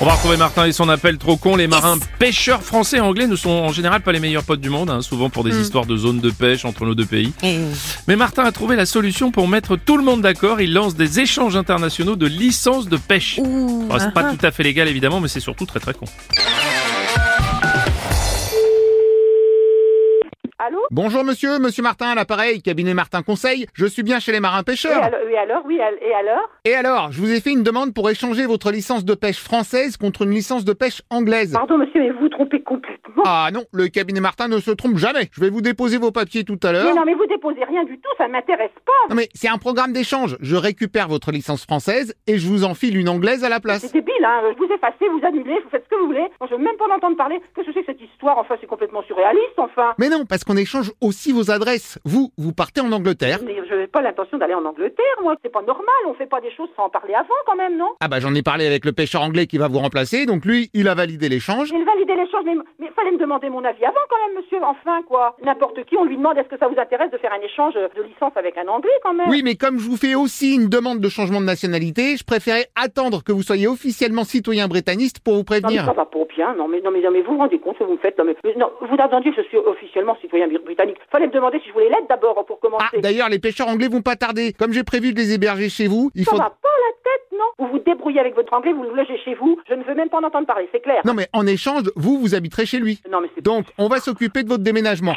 On va retrouver Martin et son appel trop con. Les marins pêcheurs français et anglais ne sont en général pas les meilleurs potes du monde, hein, souvent pour des histoires de zones de pêche entre nos deux pays. Mais Martin a trouvé la solution pour mettre tout le monde d'accord. Il lance des échanges internationaux de licences de pêche. Alors, c'est pas tout à fait légal évidemment, mais c'est surtout très très con. Allô Bonjour monsieur, monsieur Martin à l'appareil, cabinet Martin Conseil. Je suis bien chez les marins et pêcheurs. alors, Oui, alors, oui, al- et alors Et alors, je vous ai fait une demande pour échanger votre licence de pêche française contre une licence de pêche anglaise. Pardon, monsieur, mais vous vous trompez complètement. Ah non, le cabinet Martin ne se trompe jamais. Je vais vous déposer vos papiers tout à Mais l'heure. non, mais vous déposez rien du tout, ça ne m'intéresse pas. Non mais c'est un programme d'échange. Je récupère votre licence française et je vous enfile une anglaise à la place. C'est débile, hein. Je vous effacez, vous annulez, vous faites ce que vous voulez. Moi, je veux même pas l'entendre parler. Qu'est-ce que c'est que cette histoire Enfin, c'est complètement surréaliste, enfin. Mais non, parce qu'on échange aussi vos adresses. Vous, vous partez en Angleterre. Mais je n'ai pas l'intention d'aller en Angleterre, moi. C'est pas normal, on fait pas des choses sans en parler avant, quand même, non Ah bah j'en ai parlé avec le pêcheur anglais qui va vous remplacer, donc lui, il a validé l'échange. J'ai validé les choses, mais, mais fallait me demander mon avis avant, quand même, monsieur. Enfin, quoi. N'importe qui, on lui demande est-ce que ça vous intéresse de faire un échange de licence avec un Anglais, quand même. Oui, mais comme je vous fais aussi une demande de changement de nationalité, je préférais attendre que vous soyez officiellement citoyen britanniste pour vous Non, mais ça prévenir. va pas bien. Non, mais, non, mais, non, mais vous vous rendez compte ce que vous me faites Non, mais, mais non, vous attendiez que je suis officiellement citoyen bri- britannique. Fallait me demander si je voulais l'être d'abord pour Ah, commencer. d'ailleurs, les pêcheurs anglais vont pas tarder. Comme j'ai prévu de les héberger chez vous, il ça faut... va pas la tête, non Vous vous débrouillez avec votre anglais, vous le logez chez vous. Je ne veux même pas en entendre parler, c'est clair. Non mais en échange, vous, vous habiterez chez lui. Non, mais c'est. Donc, on va s'occuper de votre déménagement.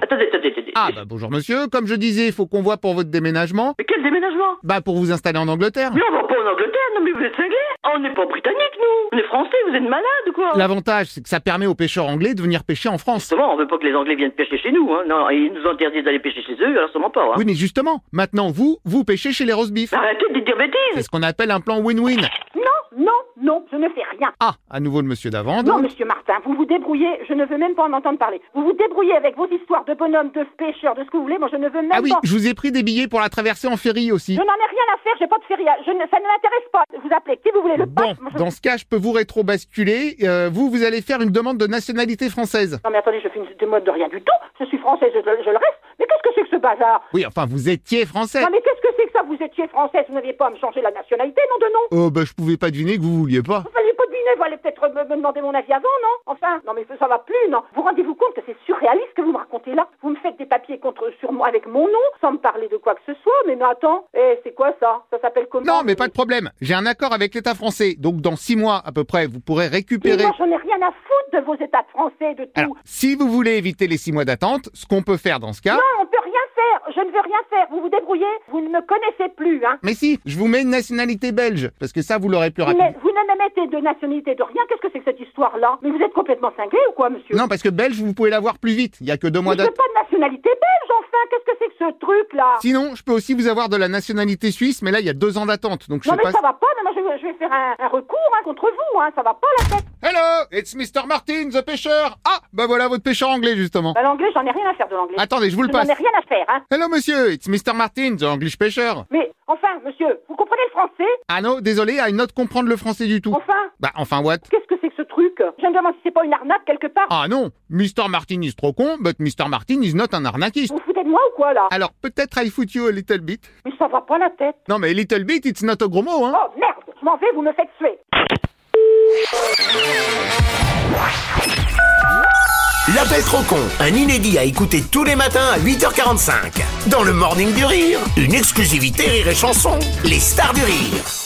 Attendez, attendez, attendez. Ah bah bonjour monsieur, comme je disais, il faut qu'on voit pour votre déménagement, Mais quel déménagement bah pour vous installer en Angleterre. Mais on va pas en Angleterre, non, mais vous êtes cinglés On n'est pas britannique, nous On est français, vous êtes malade ou quoi L'avantage, c'est que ça permet aux pêcheurs anglais de venir pêcher en France. Justement, on veut pas que les Anglais viennent pêcher chez nous, hein. Non, ils nous interdisent d'aller pêcher chez eux, alors sûrement pas, hein. Oui, mais justement, maintenant, vous, vous pêchez chez les roast beef. Arrêtez de dire C'est bêtises ce qu'on appelle un plan win-win. Non, non, non, je ne fais rien. Ah, à nouveau le monsieur d'avant. Non, Ah, donc. monsieur Martin, vous vous débrouillez, je ne veux même pas en entendre parler. Vous vous débrouillez avec vos histoires de bonhomme, de pêcheurs, de ce que vous voulez, moi je ne veux même Ah oui, pas. je vous ai pris des billets pour la traversée en ferry aussi. Je n'en ai rien à faire, j'ai pas de feria, je ne, ça ne m'intéresse pas. Vous appelez qui vous voulez, le Bon, pape, moi, je- dans ce cas, je peux vous rétro-basculer. Euh, vous, vous allez faire une demande de nationalité française. Non mais attendez, je fais une demande de rien du tout, je suis française, je, je le reste, mais qu'est-ce que c'est que ce bazar Oui, enfin, vous étiez français. Non mais qu'est-ce que c'est que ça, vous étiez française, vous n'aviez pas à me changer la nationalité, non de non Oh, bah, je pouvais pas deviner que vous vouliez pas. Vous fallait pas deviner, vous allez peut-être me, me demander mon avis avant, non Enfin, non mais ça va plus, non Vous rendez-vous compte que c'est surréaliste ce que vous me racontez là Vous me faites des papiers contre sur moi avec mon nom, sans me parler de quoi que ce soit, mais, mais attends, eh, c'est quoi ça Ça s'appelle comment Non, mais pas de problème. J'ai un accord avec l'État français. Donc, dans six mois, à peu près, vous pourrez Mais récupérer. moi j'en ai rien à foutre de vos états français, de tout Alors, si vous voulez éviter les six mois d'attente, ce qu'on peut faire dans ce cas. Non, on peut rien faire, je ne veux rien faire, vous vous débrouillez, vous ne me connaissez plus, hein Mais si, je vous mets une nationalité belge. Parce que ça, vous l'aurez plus vous rapidement. ne vous ne me mettez de nationalité de rien, qu'est-ce que c'est que cette histoire-là Mais vous êtes complètement cinglé ou quoi, monsieur Non, parce que belge, vous pouvez l'avoir plus vite. Il y a que deux mois Mais je veux d'attente. pas de nationalité belge, enfin Qu'est-ce que c'est que ce truc-là Sinon, je peux aussi vous avoir de la nationalité suisse, mais là, il y a deux ans d'attente. Donc, je Non sais mais pas. ça va pas, non, moi, je, je vais faire un, un recours hein, contre vous, hein, ça va pas la tête. Hello, it's Mr. Martin, the pêcheur. Ah, bah voilà votre pêcheur anglais, justement. Bah, l'anglais, j'en ai rien à faire de l'anglais. Attendez, je vous Ah, le Je n'en passe. ai rien à faire, hein. Hello, monsieur, it's Mr. Martin, the English pêcheur. Mais enfin, monsieur, vous comprenez le français Ah non, désolé, à une autre comprendre le français du tout. Enfin, Bah, enfin, what? qu'est-ce que c'est que ce truc Je me demande si c'est pas une arnaque quelque part. Ah non, Mr. Martin is trop con, but Mr. Martin is not un arnaquiste. Vous vous foutez de moi ou quoi là Alors, peut-être I foot you a little bit. Mais ça va pas la tête. Non, mais little bit, it's not a gros mot, hein. Oh merde, je m'en vais, vous me faites suer. L'appel trop con, un inédit à écouter tous les matins à 8h45. Dans le Morning du Rire, une exclusivité Rire et Chanson, les stars du rire.